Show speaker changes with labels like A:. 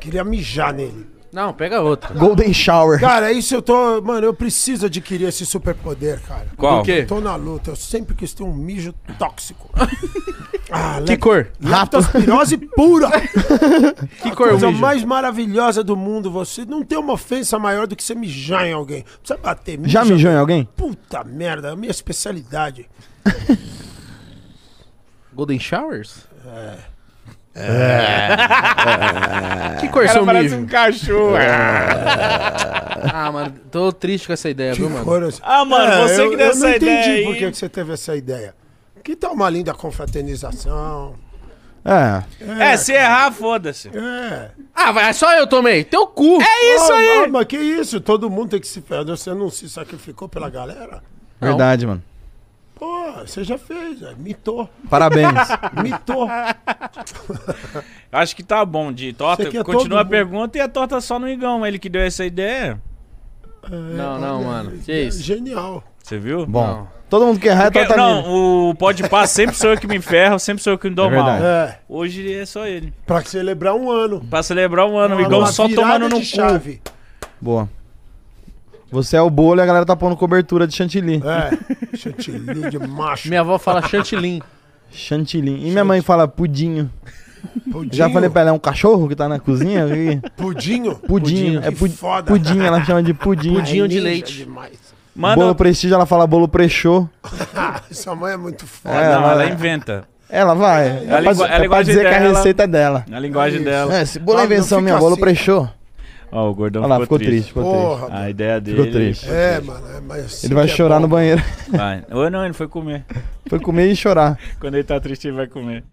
A: Queria mijar nele.
B: Não, pega outra.
C: Golden Shower.
A: Cara, isso eu tô. Mano, eu preciso adquirir esse superpoder, cara.
D: Qual?
B: Do quê?
A: Tô na luta, eu sempre quis ter um mijo tóxico. Ah,
B: Que cor?
A: Lactospirose pura!
B: Que cor é
A: coisa
B: o mijo?
A: mais maravilhosa do mundo, você não tem uma ofensa maior do que você mijar em alguém. Não Precisa bater, mija.
C: Já mijou em alguém?
A: Puta merda, é a minha especialidade.
B: Golden Showers?
A: É.
B: É. Que cor seu
D: parece
B: mijo?
D: um cachorro.
C: É.
B: Ah, mano, tô triste com essa ideia, viu, mano?
A: cor- é
D: Ah, mano, você que deu
A: eu
D: essa
A: não
D: ideia aí.
A: entendi por que que você teve essa ideia. Que tal uma linda confraternização?
C: É.
D: É, se errar, foda-se.
A: É.
B: Ah, vai, só eu tomei. Teu cu.
D: É isso
A: Ah,
D: aí.
A: ah, mas que isso? Todo mundo tem que se perder. Você não se sacrificou pela galera?
B: Não.
C: Verdade, mano.
A: Pô, você já fez, é. mitou,
C: Parabéns.
A: mitou.
D: Acho que tá bom de
A: Isso
D: torta.
A: aqui é todo
D: Continua a
A: mundo.
D: pergunta e a torta só no Igão. Ele que deu essa ideia.
B: Não, não, mano. Que
A: É
B: isso?
A: Genial.
D: Você viu?
C: Bom,
B: Não.
C: todo mundo que errar é
D: Porque-
C: torta minha.
D: não, o pode pá sempre sou eu que me ferro, sempre sou eu que me dou
C: É
D: mal.
C: verdade.
A: É,
D: Hoje é só ele.
A: pra celebrar um ano.
D: Pra celebrar um ano, o
A: Uma-
D: Igão
A: uma
D: só
A: virada
D: tomando no
A: de
D: cu.
A: chave.
C: Boa. Você é o bolo e a galera tá pondo cobertura de chantilly.
A: É, chantilly de macho.
B: Minha avó fala chantilly.
C: Chantilly. E minha mãe fala pudinho.
A: Pudinho,
C: Já falei pra ela, é um cachorro que tá na cozinha? Ih,
A: Pudinho?
C: Pudinho. É
A: Que
C: pu-
A: foda.
C: pudim, ela chama de pudim.
B: Pudim de
A: Ninja
B: leite.
A: Demais.
C: Bolo
D: Mano,
C: prestígio, ela fala bolo prechô.
A: Sua mãe é muito
D: não,
A: foda.
C: É, ela-
D: ela inventa.
C: Ela vai. É, pra,
D: ligua-
C: é
D: ela
C: pra
D: igual a
C: dizer
D: gente,
C: que a
D: ela-
C: receita é dela.
D: Na linguagem dela.
C: É, esse bolo é
A: Não, não
C: invenção
A: fica
C: minha, bolo
A: assim.
C: prechô.
D: Ó, o gordão
C: Olha lá,
D: ficou, triste.
C: ficou triste.
A: Porra,
D: A
A: mano.
D: ideia dele.
C: Ficou triste.
A: É, mano. é, mas assim
C: Ele vai
A: que é
C: chorar
A: bom.
C: no banheiro.
D: Vai. Ou não, ele foi comer.
C: Foi comer e chorar.
D: Quando ele tá triste, ele vai comer.